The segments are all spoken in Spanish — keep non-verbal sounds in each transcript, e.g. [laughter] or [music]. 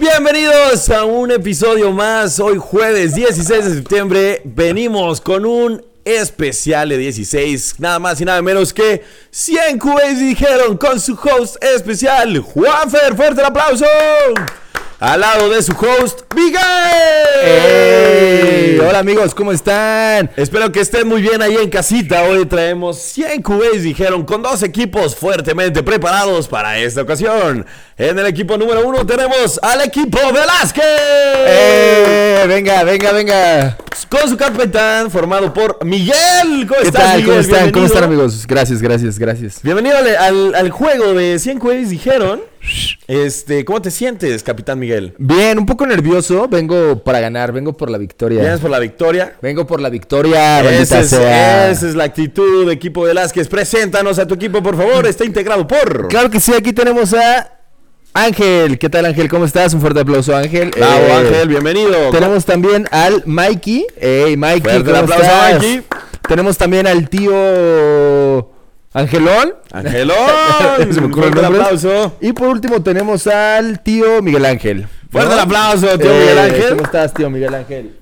Bienvenidos a un episodio más. Hoy jueves 16 de septiembre venimos con un especial de 16, nada más y nada menos que 100 QAs dijeron con su host especial, Juanfer. Fuerte el aplauso. Al lado de su host, Miguel. ¡Ey! Hola amigos, ¿cómo están? Espero que estén muy bien ahí en casita. Hoy traemos 100 QBs, dijeron, con dos equipos fuertemente preparados para esta ocasión. En el equipo número uno tenemos al equipo Velázquez. ¡Eh! Venga, venga, venga. Con su capitán formado por Miguel. ¿Cómo ¿Qué estás, tal? Miguel? ¿Cómo están? ¿Cómo Bienvenido. están amigos? Gracias, gracias, gracias. Bienvenido al, al- al juego de 100 QBs, dijeron. Este, ¿Cómo te sientes, capitán Miguel? Bien, un poco nervioso. Vengo para ganar, vengo por la victoria. Gracias por la victoria. Vengo por la victoria, Esa maldita es, sea. esa es la actitud, equipo Velázquez. Preséntanos a tu equipo, por favor. Está integrado por... Claro que sí, aquí tenemos a Ángel. ¿Qué tal Ángel? ¿Cómo estás? Un fuerte aplauso Ángel. Bravo, Eh, Ángel, bienvenido. Tenemos también al Mikey. Hey, Mikey, Fuerte el ¿cómo aplauso, estás? Mikey. Tenemos también al tío Angelón. [laughs] Angelón. [laughs] Se me ocurre el Fuerte el nombre. aplauso. Y por último tenemos al tío Miguel Ángel. Fuerte el aplauso, tío Eh, Miguel Ángel. ¿Cómo estás, tío Miguel Ángel?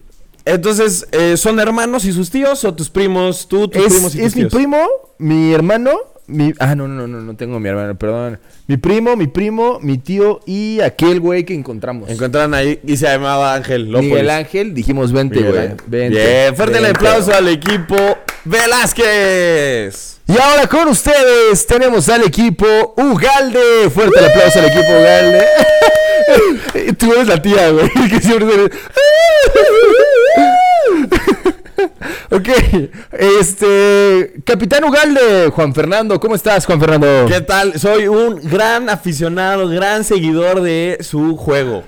Entonces, eh, ¿son hermanos y sus tíos o tus primos? Tú, tus primos Es, y es tus mi tíos. primo, mi hermano, mi... Ah, no, no, no, no tengo mi hermano, perdón. Mi primo, mi primo, mi tío y aquel güey que encontramos. Encontraron ahí y se llamaba Ángel López. Miguel Ángel, dijimos vente, Miguel güey. Ángel. Vente. Bien, fuerte el vente. aplauso al equipo Velázquez. Y ahora con ustedes tenemos al equipo Ugalde. Fuerte el aplauso al equipo Ugalde. [laughs] Tú eres la tía, güey, [laughs] que siempre eres... Ok, este. Capitán Ugalde, Juan Fernando, ¿cómo estás, Juan Fernando? ¿Qué tal? Soy un gran aficionado, gran seguidor de su juego.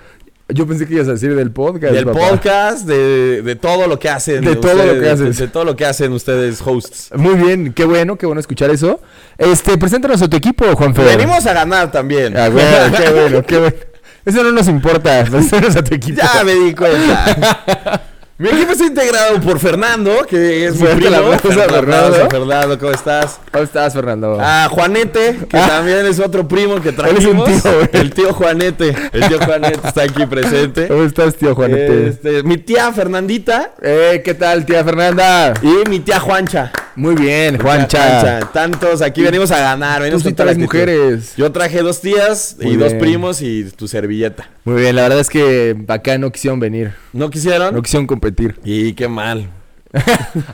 Yo pensé que ibas a decir del podcast. Del papá. podcast, de, de todo lo que hacen. De todo lo que ustedes, haces. De, de todo lo que hacen ustedes, hosts. Muy bien, qué bueno, qué bueno escuchar eso. Este, preséntanos a tu equipo, Juan Fernando. Venimos a ganar también. Ah, bueno, [laughs] qué bueno, qué bueno. Eso no nos importa, [laughs] preséntanos a tu equipo. [laughs] Ya me di cuenta. mi equipo está integrado por Fernando, que es mi Fuerte el primo. aplauso a Fuerte el aplauso Fernando. a Fernando, ¿cómo estás? ¿Cómo estás, Fernando? A Juanete, que Ah. también es otro primo que es un trajimos. tío, güey. el tío Juanete. El tío Juanete está aquí [laughs] presente. ¿Cómo estás, tío Juanete? Este, mi tía Fernandita Eh, ¿qué tal, tía Fernanda? y mi tía Juancha. Muy bien, Juancha. Tantos, Tantos, aquí venimos a ganar. Tú Venimos sí con toda la traes actitud. mujeres. Yo traje dos tías y Muy dos bien. primos y tu servilleta. Muy bien, la verdad es que acá no quisieron venir, ¿No quisieron? no quisieron competir. Y qué mal.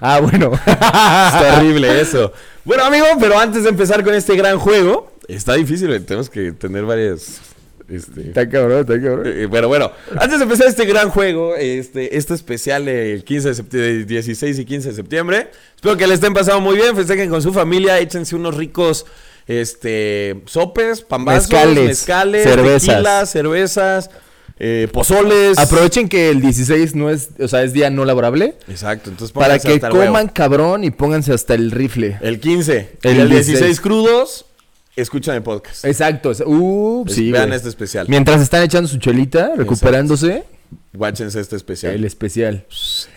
ah, bueno. [laughs] Es terrible eso. Bueno, amigo, pero antes de empezar con este gran juego, está difícil, eh, tenemos que tener varias. Este, Está cabrón, está cabrón. eh, pero bueno, antes de empezar este gran juego, este, este especial del 15 de septiembre, 16 y 15 de septiembre, espero que le estén pasando muy bien, festejen con su familia, échense unos ricos este, sopes, pambazos, Mezcales, mezcales, mezcales cervezas. tequilas, cervezas, eh, pozoles. Aprovechen que el 16 no es, o sea, es día no laborable Exacto, entonces para pónganse que hasta el huevo. coman cabrón y pónganse hasta el rifle. El 15. El El, el 16. 16 crudos, escuchan el podcast. Exacto. o sea, Uh, sí, Vean güey. este especial. Mientras están echando su chelita, recuperándose, Watchense este especial. el especial.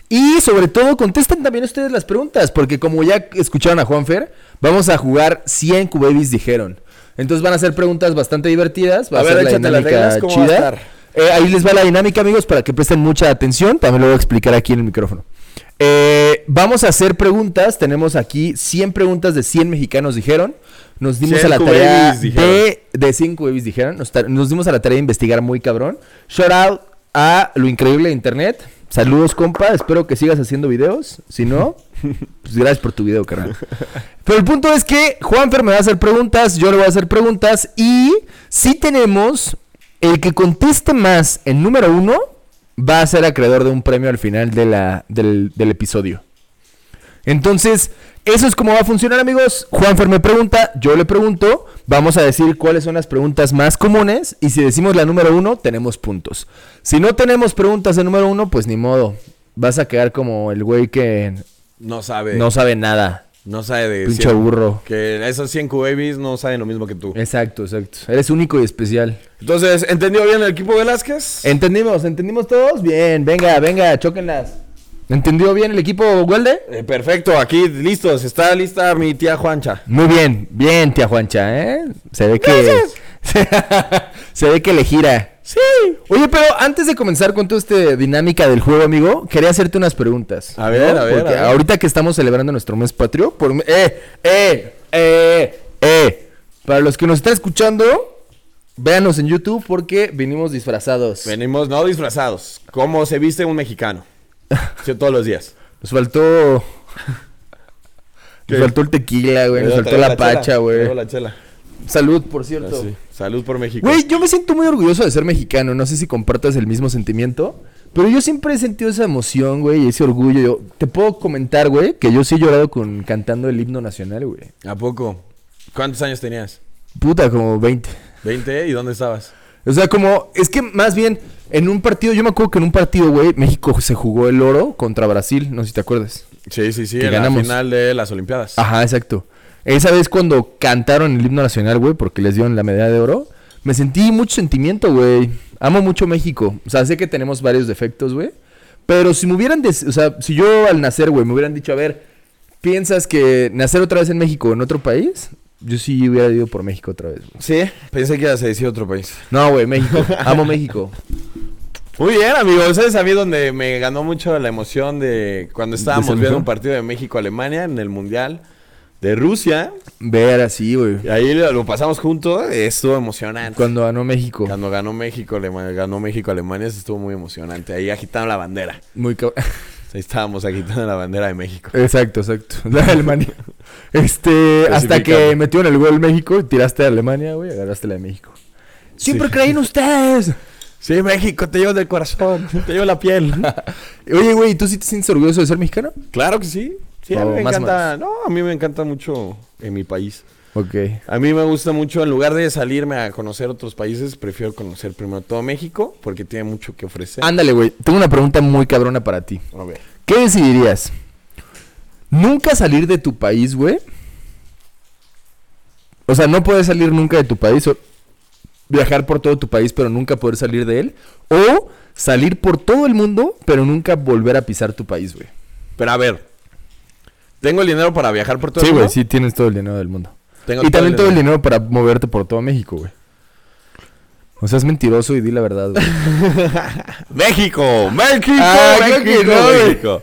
Y sobre todo, contesten también ustedes las preguntas, porque como ya escucharon a Juanfer, vamos a jugar 100 Cubabies dijeron. Entonces van a ser preguntas bastante divertidas, va a, A ver, ser la échate las dinámica reglas, ¿cómo va a chida. estar? Eh, ahí les va la dinámica, amigos, para que presten mucha atención. También lo voy a explicar aquí en el micrófono. Eh, vamos a hacer preguntas. Tenemos aquí 100 preguntas de 100 mexicanos dijeron. Nos dimos a 100 la tarea Cubabies dijeron. de de 5 babies dijeron. Nos, ta- nos dimos a la tarea de investigar muy cabrón. Shout out a lo increíble de internet. Saludos, compa. Espero que sigas haciendo videos. Si no, pues gracias por tu video, carnal. Pero el punto es que Juanfer me va a hacer preguntas, yo le voy a hacer preguntas. Y si tenemos el que conteste más en número uno, va a ser acreedor de un premio al final de la- del- del episodio. Entonces, eso es como va a funcionar, amigos. Juanfer me pregunta, yo le pregunto. Vamos a decir cuáles son las preguntas más comunes. Y si decimos la número uno, tenemos puntos. Si no tenemos preguntas de número uno, pues ni modo. Vas a quedar como el güey que eh, No sabe. No, no sabe nada. sabe de. Pinche 100. burro. Eh. Que esos 100 Q-Babies no saben lo mismo que tú. Exacto, exacto. Eres único y especial. Entonces, ¿entendió bien el equipo Velázquez? Eh. ¿Entendimos? ¿Entendimos todos? Bien, venga, venga, chóquenlas. ¿Entendió bien el equipo, Walde? Eh, perfecto, aquí listos. Está lista mi tía Juancha. Muy bien, bien, tía Juancha, ¿eh? [laughs] Se ve que. Se ve que le gira. Sí. Oye, pero antes de comenzar con toda esta dinámica del juego, amigo, quería hacerte unas preguntas. A ver, a ver, Porque a ver. ahorita que estamos celebrando nuestro mes patrio, por... ¡Eh! ¡Eh! ¡Eh! ¡Eh! Para los que nos están escuchando, véanos en YouTube porque venimos disfrazados. Venimos no disfrazados. ¿Cómo se viste un [laughs] mexicano? Sí, todos los días. [laughs] Nos faltó... ¿Qué? Nos faltó el tequila, güey. Nos Pero faltó traigo la pacha, chela, güey. traigo la Ah, chela. Salud, por cierto. Así. Salud por México. Güey, yo me siento muy orgulloso de ser mexicano. No sé si compartas el mismo sentimiento. Pero yo siempre he sentido esa emoción, güey, y ese orgullo. Yo- te puedo comentar, güey, que yo sí he llorado con cantando el himno nacional, güey. ¿A poco? ¿Cuántos años tenías? Puta, como 20. ¿20? ¿Y dónde estabas? O sea, como, es que más bien, en un partido, yo me acuerdo que en un partido, güey, México se jugó el oro contra Brasil, no sé si te acuerdas. Sí, sí, sí. Que En la ganamos. final de las Olimpiadas. Ajá, exacto. Esa vez cuando cantaron el himno nacional, güey, porque les dieron la medalla de oro, me sentí mucho sentimiento, güey. Amo mucho México. O sea, sé que tenemos varios defectos, güey. Pero si me hubieran, des- o sea, si yo al nacer, güey, me hubieran dicho, a ver, ¿piensas que nacer otra vez en México o en otro país? Yo sí hubiera ido por México otra vez. güey. Sí. Pensé que ibas a decir otro país. No, güey, México. Amo México. Muy bien, amigos. ¿Sabes a mí donde me ganó mucho la emoción de cuando estábamos ¿De esa viendo emoción? un partido de México-Alemania en el Mundial de Rusia? Ver así, güey. Y ahí lo, lo pasamos juntos. Estuvo emocionante. Cuando, Cuando ganó México. ganó México, Alema- ganó México Alemania, eso estuvo muy emocionante. Ahí agitaron la bandera. Muy [laughs] cabrón. Ahí estábamos agitando la bandera de México. Exacto, exacto. [laughs] La de Alemania. Este, hasta que Especificando. metieron el gol México, tiraste a Alemania, güey, agarraste la de México. Siempre Sí. creí en ustedes. Sí, México, te llevo del corazón, te llevo la piel. Oye, güey, ¿tú sí te sientes orgulloso de ser mexicano? claro que sí. Sí, a O mí me más o encanta. No, a mí me encanta mucho en mi país. Ok. A mí me gusta mucho, en lugar de salirme a conocer otros países, prefiero conocer primero todo México porque tiene mucho que ofrecer. Ándale, güey. Tengo una pregunta muy cabrona para ti. A ver. ¿Qué decidirías? ¿Nunca salir de tu país, güey? O sea, no poder salir nunca de tu país o viajar por todo tu país, pero nunca poder salir de él. O salir por todo el mundo, pero nunca volver a pisar tu país, güey. Pero a ver, ¿tengo el dinero para viajar por todo Sí, el güey, mundo? sí tienes todo el dinero del mundo. Tengo y también todo el dinero para moverte por todo México, güey. O sea, es mentiroso y di la [laughs] verdad, güey. México, México, Ah, creo que México, no, güey. México.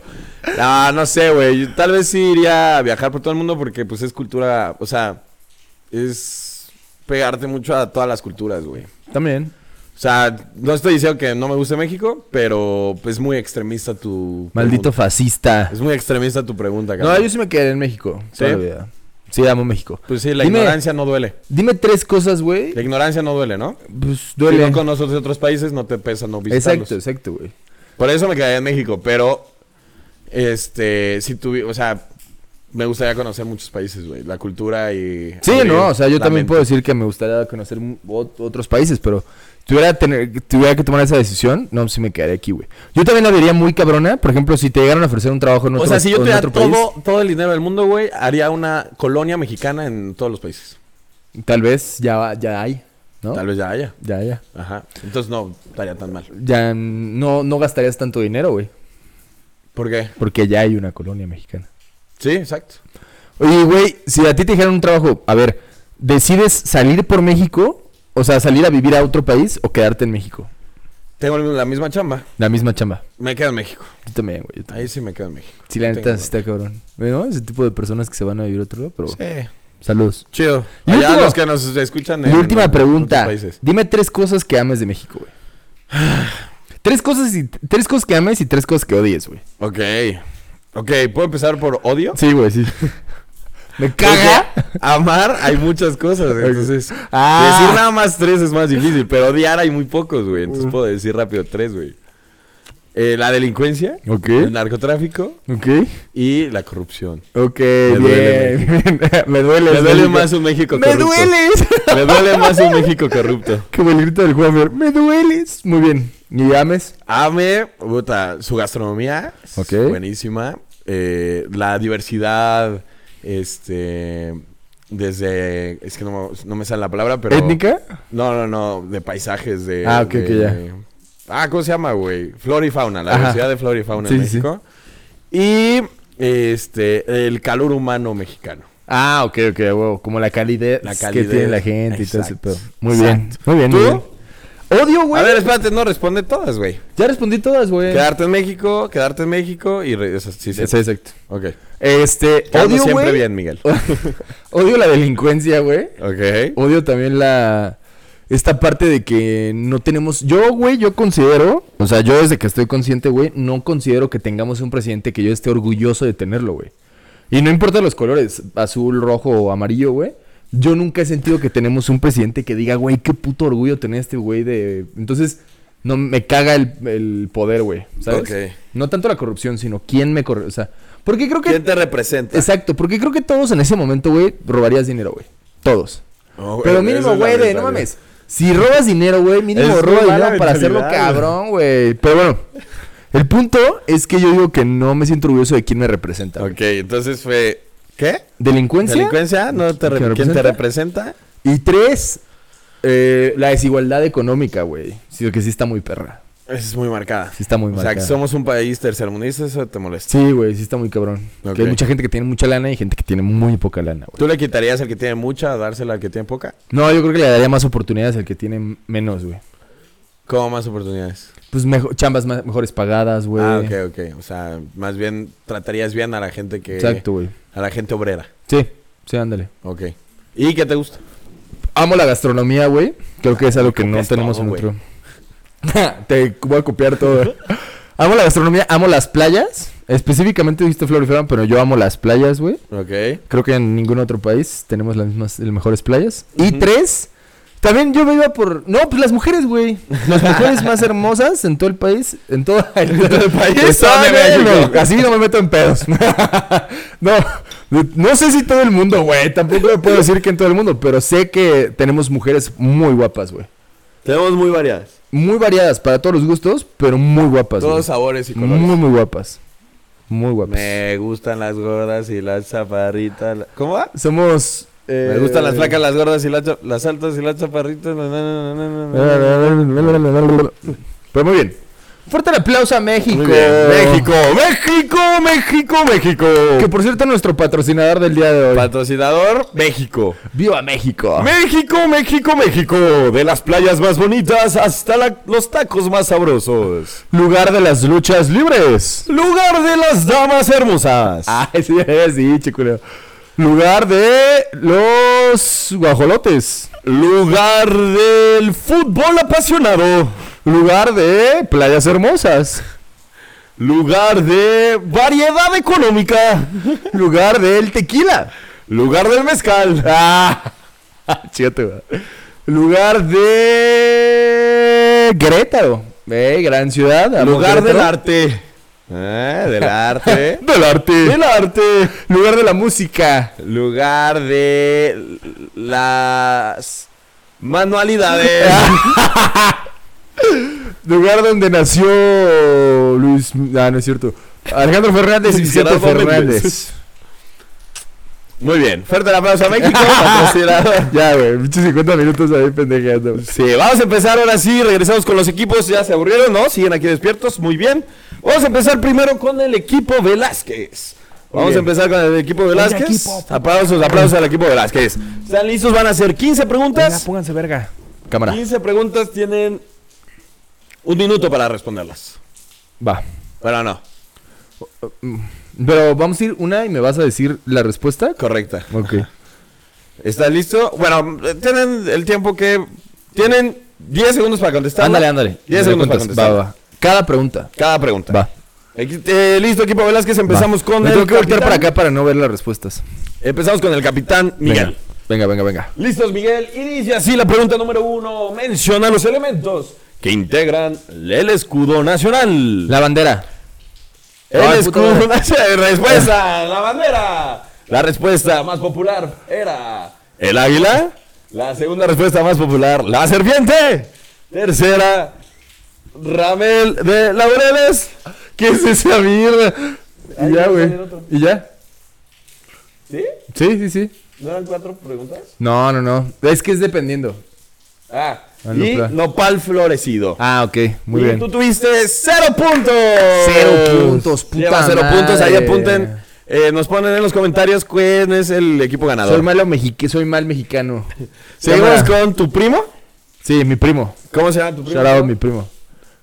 No, no sé, güey. Yo Tal vez sí iría a viajar por todo el mundo porque, pues, es cultura. O sea, es pegarte mucho a todas las culturas, güey. también. O sea, no estoy diciendo que no me guste México, pero es muy extremista tu. Maldito pregunta. fascista. Es muy extremista tu pregunta, No, cabrón. yo sí me quedaré en México. ¿Sí? toda la vida. Sí, amo México. Pues sí, la Dime. ignorancia no duele. Dime tres cosas, güey. La ignorancia no duele, ¿no? Pues duele. Si no conoces otros países, no te pesa no visitarlos. exacto, exacto, güey. Por eso me quedaría en México, pero este, si tuviera, o sea, me gustaría conocer muchos países, güey, la cultura y Sí, abrir no, o sea, yo la también mente. puedo decir que me gustaría conocer mu- ot- otros países, pero tuviera, tener, tuviera que tomar esa decisión, no, sí me quedaría aquí, güey. Yo también la vería muy cabrona, por ejemplo, si te llegaron a ofrecer un trabajo en otro, o sea, si yo en tuviera otro país, todo, todo el dinero del mundo, güey, haría una colonia mexicana en todos los países. tal vez ya, ya hay, ¿no? Tal vez ya haya. Ya, ya. Ajá. Entonces no estaría tan mal. Ya mm, no, no gastarías tanto dinero, güey, ¿Por qué? porque ya hay una colonia mexicana. Sí, exacto. Oye, güey, si a ti te dijeron un trabajo, a ver, ¿decides salir por México? O sea, salir a vivir a otro país o quedarte en México. Tengo la misma chamba. La misma chamba. Me quedo en México. Yo también, güey. Yo también. Ahí sí me quedo en México. Sí, la No neta tengo sí está cabrón. Bueno, ese tipo de personas que se van a vivir a otro lado, pero problema. Sí. saludos. Chido. Y Allá último- los que nos escuchan Y en- última en pregunta. otros países. Dime tres cosas que ames de [sighs] México, güey. tres cosas y tres cosas que ames y tres cosas que odies, güey. Ok. Ok, ¿puedo empezar por odio? Sí, [laughs] güey, sí. Me caga. Porque amar hay muchas cosas, entonces. Ah. Decir nada más tres es más difícil, pero odiar hay muy pocos, güey. Mm. Entonces puedo decir rápido tres, güey. Eh, la delincuencia, Ok. el narcotráfico Ok. y la corrupción. Ok, duele [laughs] bien. Me duele. Me duele más un México [laughs] Me corrupto. dueles. Me duele más un México corrupto. Como el grito del jugador. Me dueles. Muy bien. ¿Y ames? Ame, puta, su gastronomía. es Ok. Buenísima. Eh, la diversidad, este. Desde. Es que no, me- no me sale la palabra, pero. ¿Étnica? No, no, no, de paisajes, de... Ah, ok, de- ok, ya. de- Ah, ¿cómo se llama, güey? Flora y fauna, la Ajá. diversidad de flora y fauna en Sí, sí, sí. México. Y, este, el calor humano mexicano. Ah, ok, ok, wow. Como la calidez, La calidez, que tiene la gente y todo ese exacto. pedo. Muy bien, muy bien, ¿Tú? muy bien. Odio, güey. Eh. A ver, espérate, no responde todas, güey. Ya respondí todas, güey. Quedarte en México, quedarte en México y... re- o sea, sí, sí. Sí, exacto. Ok. Este, Quedando odio, siempre güey. bien, Miguel. [laughs] odio la delincuencia, güey. Ok. Odio también la. Esta parte de que no tenemos. Yo, güey, yo considero. O sea, yo desde que estoy consciente, güey, no considero que tengamos un presidente que yo esté orgulloso de tenerlo, güey. Y no importa los colores, azul, rojo o amarillo, güey. Yo nunca he sentido que tenemos un presidente que diga, güey, qué puto orgullo tener este güey de. Entonces, no me caga el, el poder, güey. ¿Sabes? Ok. No tanto la corrupción, sino quién me corre. O sea, porque creo que. ¿Quién te representa? Exacto, porque creo que todos en ese momento, güey, robarías dinero, güey. Todos. No, güey, Pero esa mínimo, es la güey, de, mentalidad. no mames. Si robas dinero, güey, mínimo Es roba muy mala dinero para hacerlo mentalidad, cabrón, güey. Pero bueno, el punto es que yo digo que no me siento orgulloso de quién me representa. güey. Ok, entonces fue... ¿Qué? ¿Delincuencia? ¿Delincuencia? ¿No te re- ¿Quién ¿Quién te representa? representa? Y tres, eh, la desigualdad económica, güey. Sí, que sí está muy perra. Esa es muy marcada. Sí está muy O sea, que marcada. somos un país tercermundista, eso te molesta. Sí, güey, sí está muy cabrón. Que Ok. hay mucha gente que tiene mucha lana y gente que tiene muy poca lana, güey. ¿Tú le quitarías al que tiene mucha a dársela al que tiene poca? No, yo creo que le daría más oportunidades al que tiene menos, güey. ¿Cómo más oportunidades? Pues mejo- chambas más, mejores pagadas, güey. Ah, ok, ok. O sea, más bien tratarías bien a la gente que... Exacto, güey. A la gente obrera. Sí, sí, ándale. Ok. ¿Y qué te gusta? Amo la gastronomía, güey. Creo que es algo que no Copias tenemos todo, en otro. [laughs] Te voy a copiar todo. amo la gastronomía, amo las playas. Específicamente dijiste Florifera, pero yo amo las playas, güey. Ok. Creo que en ningún otro país tenemos las mismas, las mejores playas. Y tres, también yo me iba por. No, pues las mujeres, güey. [laughs] Las mujeres más hermosas en todo el país. En todo, en todo el país. Son de México. así no me meto en pedos. [laughs] no, no sé si todo el mundo, güey. Tampoco me puedo decir que en todo el mundo, pero sé que tenemos mujeres muy guapas, güey. Tenemos muy variadas. Muy variadas para todos los gustos, pero muy guapas. Todos güey. sabores y colores. Muy, muy guapas. Muy guapas. Me gustan las gordas y las chaparritas. la- ¿Cómo va? Somos. Me eh, gustan las flacas, las gordas y las, cha- las altas y las chaparritas. na, na, na, na, na, Eh, na. Pero muy bien. Fuerte el aplauso a México. Muy bien. México, México, México, México. Que por cierto es nuestro patrocinador del día de hoy. Patrocinador México. ¡Viva México! México, México, México. De las playas más bonitas hasta la- los tacos más sabrosos. Lugar de las luchas libres. Lugar de las damas [laughs] hermosas. Ah, sí, sí, chiculeo. Lugar de los guajolotes. Lugar del fútbol apasionado. Lugar de playas hermosas. Lugar de variedad económica. Lugar del tequila. Lugar del mezcal. [laughs] Ah, chígate, güey. Lugar de Querétaro. Eh, gran ciudad. amo Lugar del Querétaro. arte. Ah, del [laughs] arte. Del arte. Del arte. Lugar de la música. Lugar de las [laughs] manualidades. Lugar donde nació Luis. Ah, no es cierto. Alejandro Fernández y Vicente Gerardo Fernández. Méndez. Muy bien. Fuerte el aplauso a [laughs] México. patrocinador. Ya, güey. Muchos 50 minutos ahí pendejeando. Sí, vamos a empezar ahora sí, regresamos con los equipos, ya se aburrieron, ¿no? Siguen aquí despiertos, muy bien. Vamos a empezar primero con el equipo Velázquez. Vamos a bien. empezar con el equipo Velázquez. equipo. Aplausos, aplausos al equipo Velázquez. ¿Están listos? Van a hacer 15 preguntas. pónganse verga. Cámara. 15 preguntas tienen un minuto para responderlas. Va. Bueno, no, Pero vamos a ir una y me vas a decir la respuesta. correcta. Ok. ¿Estás listo? Bueno, tienen el tiempo que... Tienen 10 segundos para contestar. Ándale, ándale. 10 Me segundos para cuentas. Va, contestar. va. Cada pregunta. Cada pregunta. Va. Equi- eh, listo, equipo Velázquez, empezamos Va. con Me el tengo que voltear capitán. para acá para no ver las respuestas. Empezamos con el capitán Miguel. Venga, venga, venga. Listos, Miguel. Inicia así la pregunta número uno. Menciona los elementos que integran el escudo nacional. La bandera. el Ay, puta escudo [laughs] madre. nacional. Respuesta, la bandera. La respuesta más popular era el águila. La segunda respuesta más popular, la serpiente. Tercera, Ramel de Laureles. ¿Qué es esa mierda? Y ya, güey. ¿Y ya? ¿Sí? Sí, sí, sí. ¿No eran cuatro preguntas? No, no, no. Es que es dependiendo. Ah, Ah, y no, claro. nopal florecido. Ah, ok. Muy y bien. tú tuviste cero puntos. Cero puntos, puta Lleva cero madre. puntos, ahí apunten. Eh, nos ponen en los comentarios quién es el equipo ganador. Soy malo mexique, soy mal mexicano. Seguimos Cámara. con tu primo. Sí, mi primo. ¿Cómo se llama tu primo? Shout out mi primo.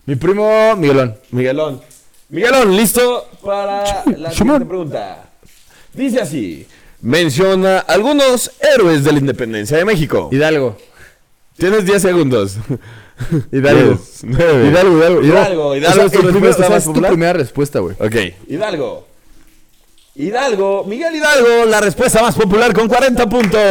Mi primo Miguelón. Miguelón. Miguelón, listo para la siguiente pregunta. Dice así: Menciona algunos héroes de la independencia de México. Hidalgo. Tienes 10 segundos. [laughs] Hidalgo. Diez, nueve. Hidalgo, Hidalgo. Hidalgo, Hidalgo O sea, es tu el primero- respuesta o sea, más es tu popular. primera respuesta, güey. Ok. Hidalgo. Hidalgo, Miguel Hidalgo, la respuesta más popular con 40 puntos.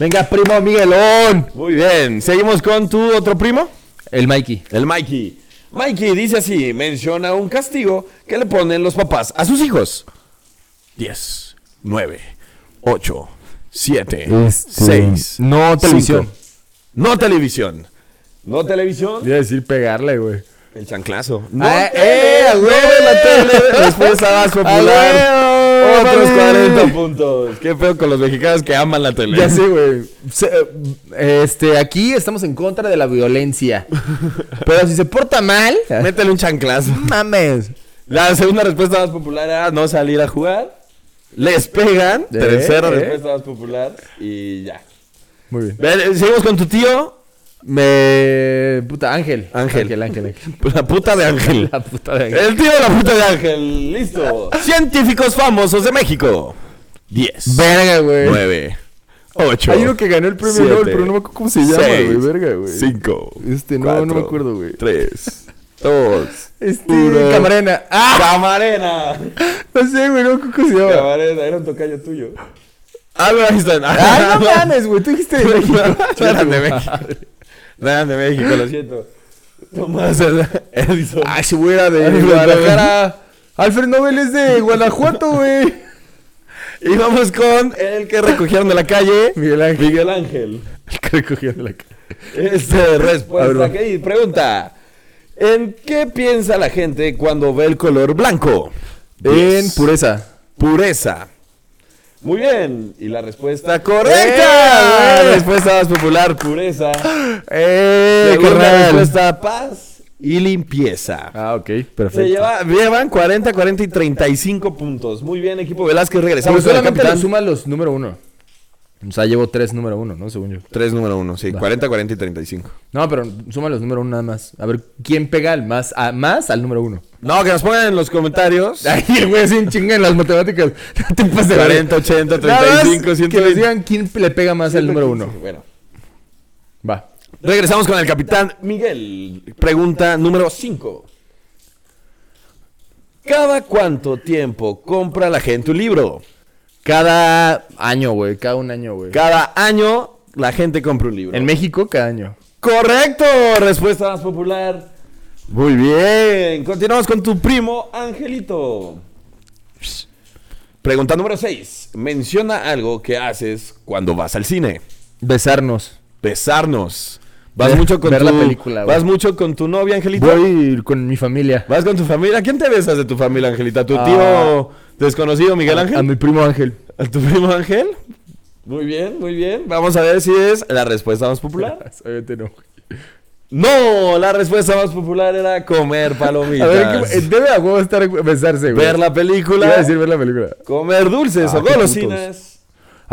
Venga, primo Miguelón. Muy bien, seguimos con tu otro primo, El Mikey. el Mikey. Mikey dice así, menciona un castigo que le ponen los papás a sus hijos. 10, 9, 8, 7, Este, 6. no televisión. No televisión. No televisión. Iba a decir pegarle, güey. El chanclazo. No Ah, tele, ¡Eh! ¡A no huevo la tele! [laughs] Respuesta más popular. Otros 40 puntos. Qué feo con los mexicanos que aman la tele. Ya sé, güey. Se- eh, Este, aquí estamos en contra de la violencia. Pero si se porta [laughs] mal. Métele un chanclazo. mames. La segunda respuesta más popular era no salir a jugar. Les pegan. Eh, Tercera eh. respuesta más popular. Y ya. Muy bien. Ve- Seguimos con tu tío. Me. Puta, Ángel. Ángel. Ángel, Ángel. Ángel. La puta de Ángel. [laughs] La puta de Ángel. El tío de la puta de Ángel. Listo. Científicos famosos de México. 10. Verga, güey. 9. 8. Hay uno que ganó el premio Nobel, pero no me acuerdo cómo se llama, güey. Verga, güey. 5. Este, no, no me acuerdo, güey. 3. 2. Este, Uno. Camarena. ¡Ah! Camarena. No sé, güey, no, me acuerdo ¿cómo se llama? Camarena, era un tocayo tuyo. Albert Einstein. ¡Ay, no mames, güey! Tú dijiste [laughs] de México. No eran de México. No eran de México, lo siento. Tomás Edison. ¡Ay, si fuera de Alfred Guadalajara! Alfred Nobel es de Guanajuato, güey. Y vamos con el que recogieron de la calle. [laughs] Miguel Ángel. Miguel Ángel. Recogió de la cara. [laughs] Este, A respuesta ver, que pregunta. ¿En qué piensa la gente cuando ve el color blanco? En Diez. pureza. Pureza. Muy bien. Y la respuesta ¡Eh! correcta. La respuesta más popular, pureza. ¡Eh, Segunda respuesta, paz y limpieza. Ah, ok, Se perfecto. lleva, llevan 40, 40 y 35 puntos. Muy bien, equipo Velázquez. Pero Regresamos con el solamente le capitán. suma los número uno. O sea, llevo tres número uno, ¿no? Según yo. 3 número 1, sí. 40, 40 y 35. No, pero suma los número uno nada más. A ver, ¿quién pega el más, a- más al número uno? [laughs] No, que nos pongan en los comentarios. Ay, el güey así en chinga en las matemáticas. [laughs] No te pases de 40, 80, verga. Nada más 35, Que nos 120. digan quién le pega más al número uno. Bueno. Va. Regresamos con el capitán Miguel. Pregunta número 5. ¿Cada cuánto tiempo compra la gente un libro? Cada año, güey. Cada un año, güey. Cada año la gente compra un libro. En México, cada año. Correcto, respuesta más popular. Muy bien, continuamos con tu primo Angelito. Pregunta número 6. Menciona algo que haces cuando vas al cine. Besarnos. Besarnos. Vas Ver- mucho con ver tu la película, güey. Vas mucho con tu novia, Angelito. Voy con mi familia. Vas con tu familia. ¿A quién te besas de tu familia, Angelita? ¿Tu Ah. tío desconocido, Miguel A Ángel? mi primo Ángel. [laughs] ¿A tu primo Ángel? Muy bien, muy bien. Vamos a ver si es la respuesta más popular. Obviamente no. No, la respuesta más popular era comer A palomitas. ver, ¿qué- eh, debe a huevo estar besarse, güey. ver la película, Iba a decir ver la película. comer dulces Ah, o qué golosinas.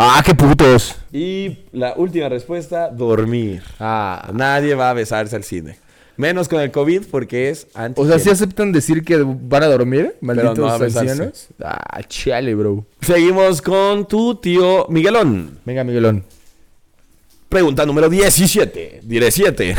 Ah, qué putos. Y la última respuesta, dormir. Ah. Nadie va a besarse al cine. Menos con el COVID porque es antes. O sea, si aceptan decir que van a dormir, malditos no a besarse. ancianos. Ah, chale, bro. Seguimos con tu tío Miguelón. Venga, Miguelón. Pregunta número 17. Diré [laughs] 7.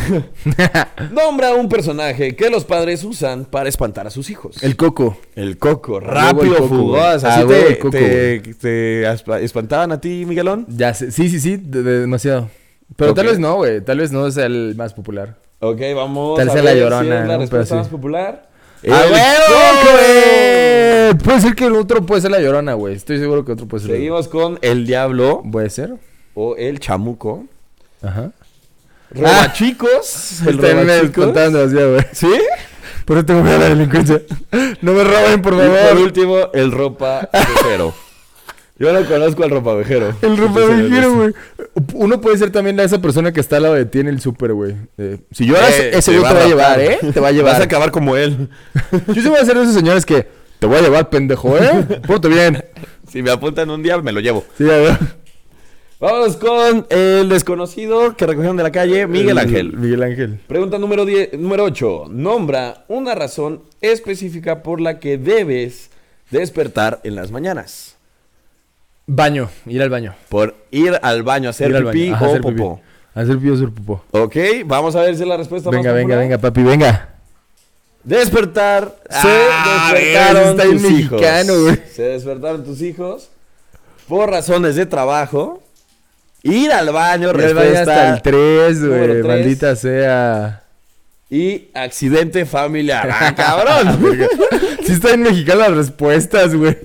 Nombra un personaje que los padres usan para espantar a sus hijos. [laughs] El coco. El coco, el rápido, coco, fugaz. güey. Así te, Ah, huevo, el coco, te- te aspa- espantaban a ti, Miguelón. Ya sé. Sí, sí, sí, de- de- demasiado. Pero tal Ok. vez no, güey. Tal vez no es el más popular. Ok, vamos Tal a sea ver la si llorona, es la ¿no? respuesta Pero más sí. popular. ¡A ¡El huevo, coco! güey! Puede ser que el otro puede ser la llorona, güey. Estoy seguro que otro puede ser. la Seguimos con el diablo llorona. Puede ser. o el chamuco. Ah, Ajá. [laughs] Ah. [laughs] Robachicos. el También me robachicos. espantaban demasiado, güey. ¿Sí? Por eso tengo miedo a la delincuencia. No me roben, por Y por favor. último, el ropa vejero. [laughs] Yo no conozco al ropa vejero. El ropavejero, güey. Uno puede ser también esa persona que está al lado de ti en el súper, güey. Eh, si lloras, ese yo te va a llevar, ¿eh? Te va [laughs] Vas a a llevar. acabar como él. Yo sí voy a ser de esos señores que te voy a llevar, pendejo, ¿eh? Ponte bien. Si me apuntan un día, me lo llevo. Sí, a ver. Vámonos con el desconocido que recogieron de la calle, Miguel Ángel. Miguel Ángel. Pregunta número, 10, número 8. Nombra una razón específica por la que debes despertar en las mañanas. Baño, ir al baño. Por ir al baño, a hacer ir al pipí baño. o Ajá, hacer pipí. popó. Hacer pipí o hacer popó. Ok, vamos a ver si es la respuesta Venga, más venga, popular. venga, papi, venga. Despertar. Se Ah, despertaron ves, está tus bien hijos. mexicano, güey. Se despertaron tus hijos por razones de trabajo. Ir al baño, Ir al baño hasta respuesta, el 3, güey. número tres. Maldita sea. Y accidente familiar. [laughs] ¡Ah, cabrón! Sí está en mexicano las respuestas, güey.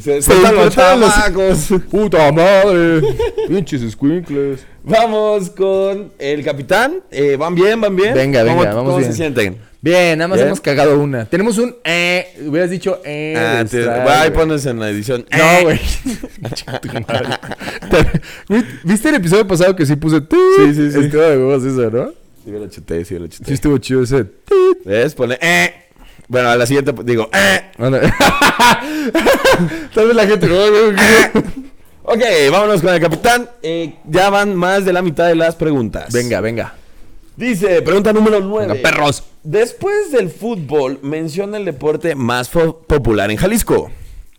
Se despertan los despertaron los- chamacos. Puta madre. Pinches escuincles. Vamos con el capitán. Eh, ¿Van bien? ¿Van bien? Venga, ¿Cómo- venga, vamos ¿Cómo bien. se sienten? Bien, nada más Bien. hemos cagado una. Tenemos un eh. Hubieras dicho eh. Ah, del te- strike, va, ahí güey. pones en la edición. Eh. No, güey. Chinga tu madre. Te- ¿Viste el episodio pasado que sí puse tú? Sí, sí, sí. Estuvo de huevos eso, ¿no? Sí, me lo chuté, sí, me lo Sí chuté. estuvo chido ese. ¿Ves? Pone. Eh. Bueno, a la siguiente digo. Eh. Anda. [laughs] Tal vez la gente. "Ay, güey, qué-". Ok, vámonos con el capitán. Eh, ya van más de la mitad de las preguntas. Venga, venga. Dice, pregunta número 9. Venga, perros. Después del fútbol, menciona el deporte más fo- popular en Jalisco.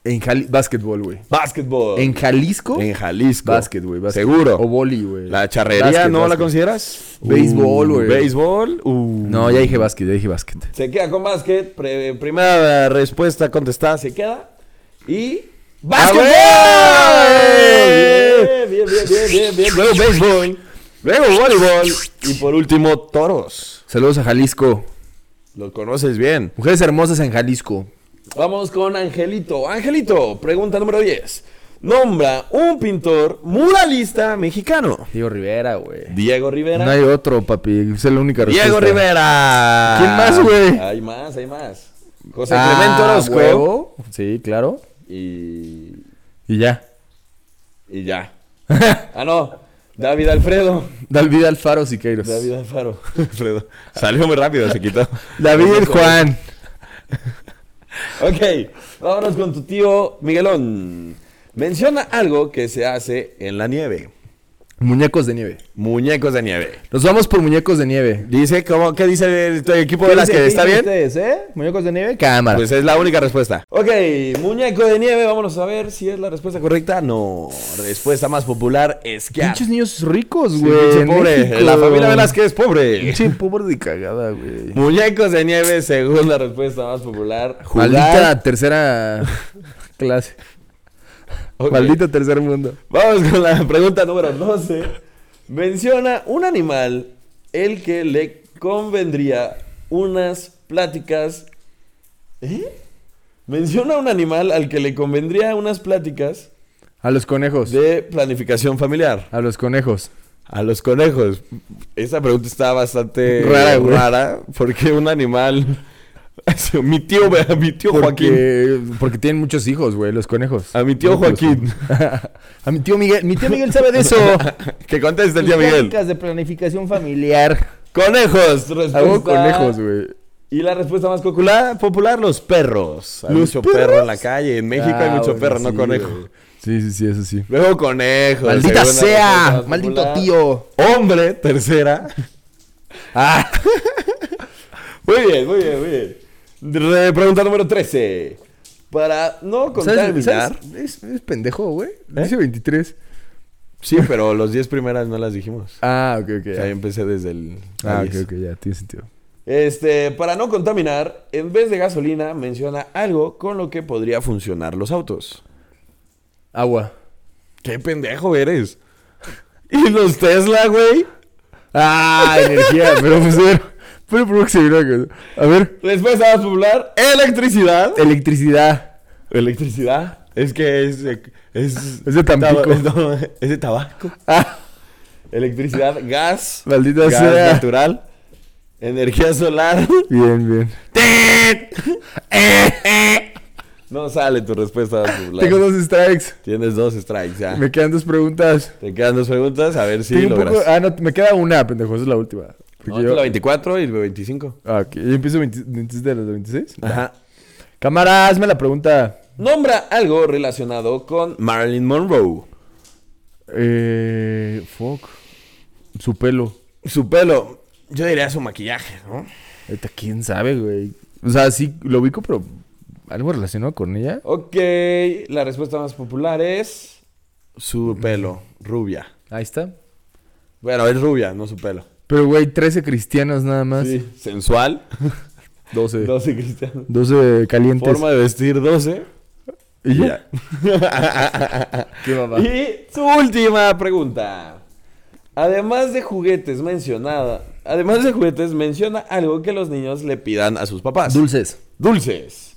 En Jali básquetbol, güey. Básquetbol. ¿En Jalisco? En Jalisco. Básquet, güey. básquet. Seguro. O boli, güey. ¿La charrería Básquet, no la básquet. Uh, consideras? Béisbol, güey. Béisbol. uh. No, ya dije básquet, ya dije básquet. Se queda con básquet. Pre- primera respuesta contestada se queda. Y. ¡Básquetbol! ¡Ah, Bien, bien, bien, bien, bien, bien. Luego béisbol. Luego voleibol. Y por último, toros. Saludos a Jalisco. Lo conoces bien. Mujeres hermosas en Jalisco. Vamos con Angelito. Angelito, pregunta número 10. Nombra un pintor muralista mexicano. Diego Rivera, güey. Diego Rivera. No hay otro, papi. Esa es la única respuesta. Diego Rivera. ¿Quién más, güey? Hay más, hay más. José Ah, Clemente Orozco. huevo. Sí, claro. Y, Y ya. [laughs] y ya. Ah, no. David Alfredo. David Alfaro Siqueiros. David Alfaro. [laughs] Alfredo. Salió muy rápido, se [laughs] quitó. David Juan. Ok, vámonos con tu tío Miguelón. Menciona algo que se hace en la nieve. Muñecos de nieve. Muñecos de nieve. Nos vamos por muñecos de nieve. Dice, ¿cómo, ¿qué dice el, el equipo de las que está bien? ¿eh? ¿Muñecos de nieve? Cámara. Pues es la única respuesta. Ok, muñeco de nieve, vámonos a ver si es la respuesta correcta. No, respuesta más popular, esquiar. Pinches niños ricos, Sí, güey. pinche en pobre. México. La familia Velázquez es pobre. Pinche pobre de cagada, güey. Muñecos de nieve, segunda respuesta más popular. Maldita [laughs] tercera clase. Ok, Maldito tercer mundo. Vamos con la pregunta número 12. Menciona un animal el que le convendría unas pláticas. ¿Eh? Menciona un animal al que le convendría unas pláticas A los conejos. de planificación familiar. A los conejos. A los conejos. Esa pregunta está bastante Rara, rara, güey. porque un animal. [laughs] mi tío, a mi tío Joaquín. Porque, porque tienen muchos hijos, güey, los conejos. pues, A mi tío Joaquín. [laughs] A mi tío Miguel. Mi tío Miguel sabe de eso. [laughs] que conteste el tío Miguel. de planificación familiar. Conejos, respuesta. Hago conejos, güey. Y la respuesta más popular, popular los perros. Hay ¿Los mucho perro perros? en la calle. En México hay Ah, mucho bueno, perro, no sí, conejo. güey. Sí, sí, sí, eso sí. Luego conejos. segunda Maldita respuesta sea. más Maldito popular. tío. Hombre, tercera. [laughs] Ah. Muy bien, muy bien, muy bien. Re- pregunta número 13. Para no ¿Sabes, contaminar. sabes? Es, es pendejo, güey. ¿Eh? Dice 23. Sí, pero los 10 primeras no las dijimos. Ah, ok, ok. O ya. sea, ahí empecé desde el. Ah, ahí ok, es. ok, ya, tiene sentido. Este, para no contaminar, en vez de gasolina, menciona algo con lo que podría funcionar los autos. Agua. ¡Qué pendejo eres! [laughs] ¿Y los Tesla, güey? Ah, energía, pero pues pero, pero por que se vino a- A ver, Respuesta más popular: electricidad. electricidad. ¿Electricidad? Es que es. Es, Es de Tampico. taba- es- no, es de tabaco. Ah, [laughs] Electricidad, gas. Maldita gas sea. natural. Energía solar. [laughs] bien, bien. No sale tu respuesta popular. Tengo dos strikes. Tienes dos strikes ya. Me quedan dos preguntas. Te quedan dos preguntas, a ver si Tengo un logras. poco- Ah, no, me queda una, pendejo, esa es la última. Porque No, yo... la 24 y la 25. Ah, ok. Yo empiezo 20 27 de las 26. Ajá. Cámara, hazme la pregunta. Nombra algo relacionado con Marilyn Monroe. Eh, fuck. Su pelo. Su pelo, yo diría su maquillaje, ¿no? Neta, ¿Quién sabe, güey? O sea, sí lo ubico, pero algo relacionado con ella. Ok, la respuesta más popular es su pelo, rubia. Ahí está. Bueno, es rubia, no su pelo. Pero, güey, 13 cristianos nada más. Sí, sensual. 12. 12 cristianos. 12 calientes. Forma de vestir 12. ¿Y ya? Qué mamá. Y su última pregunta. Además de juguetes mencionada, además de juguetes menciona algo que los niños le pidan a sus papás. Dulces. Dulces.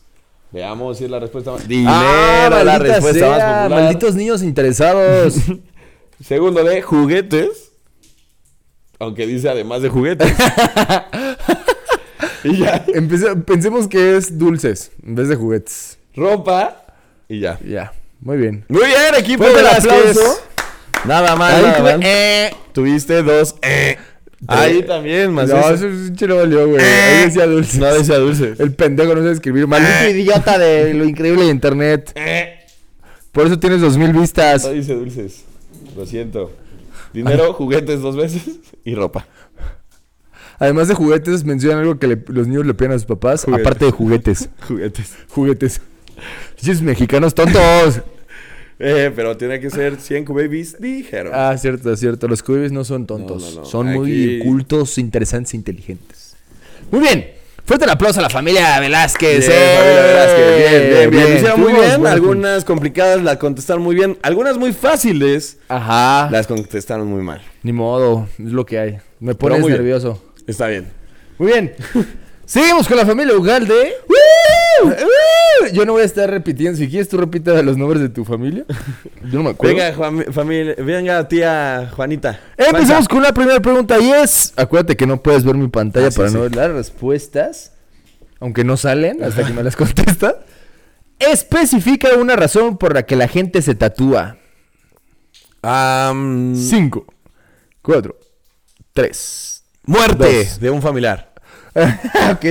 Veamos si es la respuesta más. Dinero, Ah, la maldita respuesta más sea, popular. Malditos niños interesados. Segundo de juguetes. Aunque dice además de [laughs] juguetes. y ya. [laughs] Empece- pensemos que es dulces en vez de juguetes. Ropa. Y ya. Ya, muy bien. Muy bien, equipo Fuerte el Velázquez. aplauso. Nada más. Ahí nada tuve- más. eh. Tuviste dos. eh. Ahí también, más No, eso. eso Eh, pinche no valió, güey. Ahí decía dulces. No decía dulces. El pendejo no sabe escribir. Maldito idiota de lo increíble de internet. Por eso tienes dos mil vistas. No dice dulces. Lo siento. Dinero, juguetes dos veces y ropa. Además de juguetes, mencionan algo que le- los niños le piden a sus papás. Aparte de [laughs] juguetes. Juguetes. juguetes. Pinches mexicanos tontos. Eh, pero tiene que ser 100 babies, dijeron. Ah, cierto, cierto. Los cubes no son tontos. No, no, no. Son Aquí- muy cultos, interesantes, inteligentes. Muy bien. Fuerte el aplauso a la familia Velázquez. Bien, ¡eh! Fabiola Velázquez, bien, bien, bien. Lo hicieron muy Tuvimos bien. buena- Algunas complicadas las contestaron muy bien. Algunas muy fáciles Ajá. las contestaron muy mal. Ni modo. Es lo que hay. Me pones muy bien. nervioso. Está bien. [laughs] Muy bien. Seguimos con la familia Ugalde. Yo no voy a estar repitiendo. Si quieres, tú repita los nombres de [laughs] tu familia. Yo no me acuerdo. Venga, Juan- familia, venga, tía Juanita. Empezamos con la primera pregunta y es... Acuérdate que no puedes ver mi pantalla Ah, sí, para no sí. ver las respuestas, aunque no salen hasta que me las [laughs] contesta. Especifica una razón por la que la gente se tatúa. Juanita. Am, 5, 4, 3. muerte Dos. de un familiar. [laughs] Ok.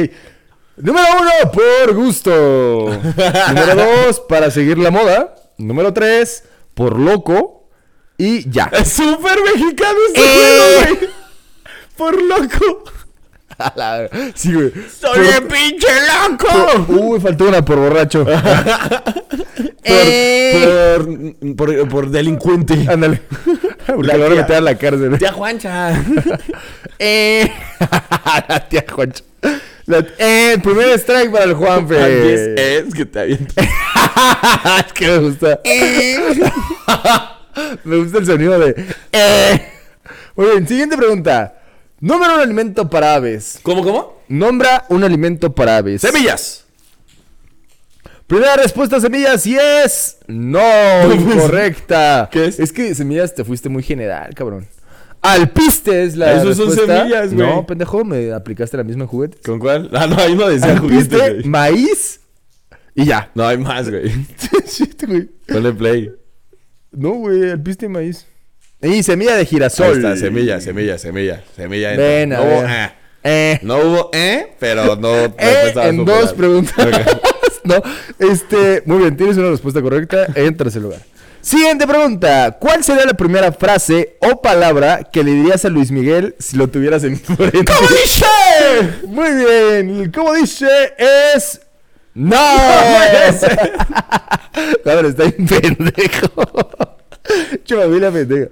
Número 1, por gusto. [laughs] Número 2, para seguir la moda. Número 3, por loco. Y ya. Es [laughs] súper mexicano este Eh. juego, güey. Por loco. [laughs] A la- Sí, güey. Soy Por- bien pinche loco. Uy, faltó una por [laughs] borracho. Por, por, por, por delincuente. Ándale. Porque la van a tía- meter a la cárcel. Tía Juancha. Eh. la [laughs] tía Juancho. La- eh, el primer strike para el Juanfe. [laughs] Antes es que te avientas. es que me gusta. Eh. [laughs] me gusta el sonido de. eh. Muy bien, siguiente pregunta. Nombra un alimento para aves. [laughs] ¿Cómo, cómo? Nombra un alimento para aves. Semillas. Primera respuesta, semillas, y es. [laughs] No, incorrecta. pues, ¿Qué es? Es que semillas te fuiste muy general, cabrón. Alpiste es la. Esos son respuesta. semillas, güey. No, pendejo, me aplicaste la misma en juguetes. ¿Con cuál? Ah, no, ahí no decía Alpiste, juguete, güey. maíz y [laughs] ya. No, hay más, [laughs] güey. Chiste, güey. Ponle play. No, güey, alpiste y maíz. Y semilla de Ahí girasol. está, semilla, semilla, semilla, semilla. entra. Ven, a no hubo, ver. eh. Eh. [laughs] No hubo, eh, pero [laughs] no. Eh, respuesta más en popular. dos preguntas. no, este, muy bien, tienes una respuesta correcta, entras el lugar. Siguiente pregunta, ¿cuál sería la primera frase o palabra que le dirías a Luis Miguel si lo tuvieras en [laughs] frente? ¿Cómo dice? Muy bien, como dice es [laughs] no. Cabrón, está bien pendejo. Chumavila pendejo.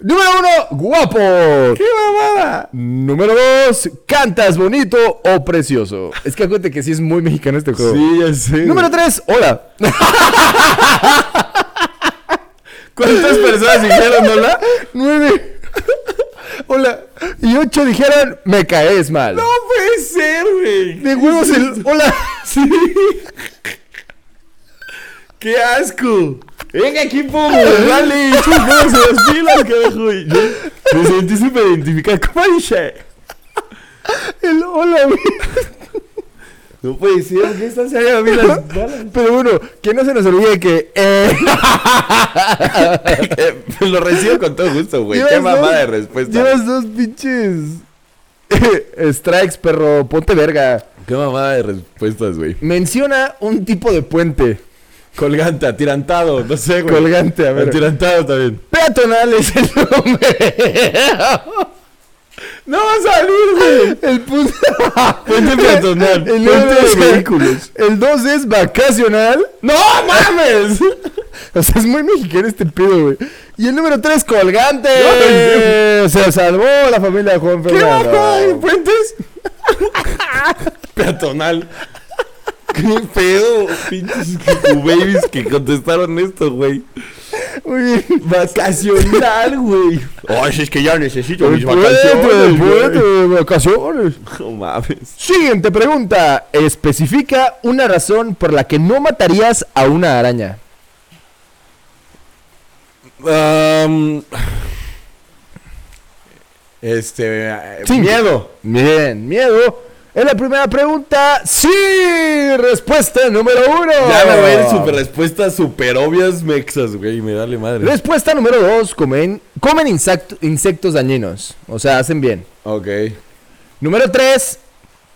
Número uno, guapo. ¡Qué mamada! Número 2, cantas bonito o precioso. Es que acuérdate que sí es muy mexicano este juego. Sí, ya sé. Número 3, hola. [laughs] ¿Cuántas personas dijeron hola? 9. hola. Y 8 dijeron, me caes mal. [laughs] No puede ser, güey. De huevos [laughs] el hola. Sí. [laughs] ¡Qué asco! Venga, equipo, [laughs] dale, chicos, las pilas, carajo. Y yo Me sentí súper identificado. ¿Cómo dice? El hola, güey. No puede ser, ¿qué están saliendo a mí las balas? [laughs] Pero bueno, que no se nos olvide que [laughs] [laughs] eh, Eh, lo recibo con todo gusto, güey. Qué Llevas mamada de dos- respuesta. Llevas dos pinches eh, strikes, perro. Ponte verga. Qué mamada de respuestas, güey. Menciona un tipo de puente. Colgante, atirantado, no sé, güey. Colgante, a ver. Atirantado también. Peatonal es el nombre. [laughs] ¡No va a salir, güey! El punto. Puente peatonal. [laughs] El puente otro es- de vehículos. El 2 es vacacional. ¡No mames! [laughs] O sea, es muy mexicano este pedo, güey. Y el número 3, colgante. No, Se salvó la familia de Juan ¿Qué Fernando. bajo hay puentes? [laughs] Peatonal. ¿Qué pedo? Pinches babies que contestaron esto, güey. Muy bien. Vacacional, güey. Ay, es que ya necesito mis Puente, vacaciones, puente, güey. vacaciones. No mames. Siguiente pregunta. Especifica una razón por la que no matarías a una araña. Am, este. eh, Sí. Miedo. Bien, miedo. Es la primera pregunta. Sí, respuesta número uno. Ya me voy a ir super respuestas super obvias mexas, güey. Me dale madre. Respuesta número dos. Comen, comen insecto- insectos dañinos. O sea, hacen bien. Ok. Número 3.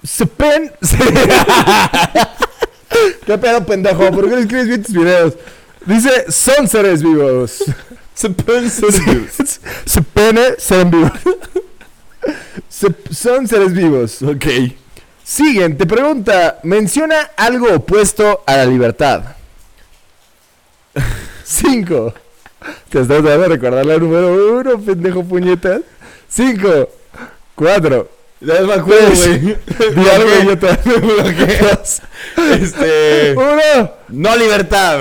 Supen. [laughs] ¿Qué pedo, pendejo? ¿Por qué no escribes bien tus videos? Dice, son seres vivos. [laughs] Supene, son vivos. [laughs] Sup- son seres vivos. ok. Siguiente pregunta. Menciona algo opuesto a la libertad. [laughs] 5. Te estás dando a recordar la número 1, pendejo puñetas. 5. 4. Ya me acuerdo, Pues, [laughs] güey. Di algo Ok. y yo te me [laughs] bloqueas. Este. Uno, No libertad. [laughs]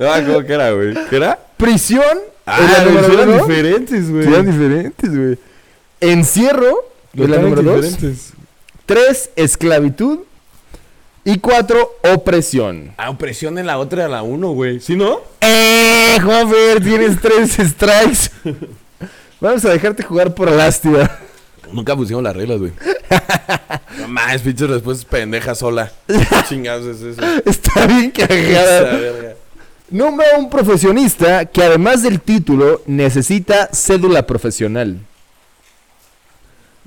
no, ah, ¿cómo que era, güey? ¿Qué era? prisión. Ah, es la número güey, eran uno. diferentes, güey. Sí, eran diferentes, güey. Encierro. Es la Totalmente número dos. diferentes. Tres, esclavitud. Y cuatro, opresión. Ah, opresión en la otra a la uno, güey. ¿Sí, no? ¡Eh, Jover! Tienes tres strikes. Vamos a dejarte jugar por lástima. [laughs] Nunca pusieron las reglas, [laughs] güey. no mames, pinches respuestas pendejas [laughs] sola. Chingados [laughs] es eso. Está bien Esa cagada. verga. Nombra a un profesionista que además del título necesita cédula profesional.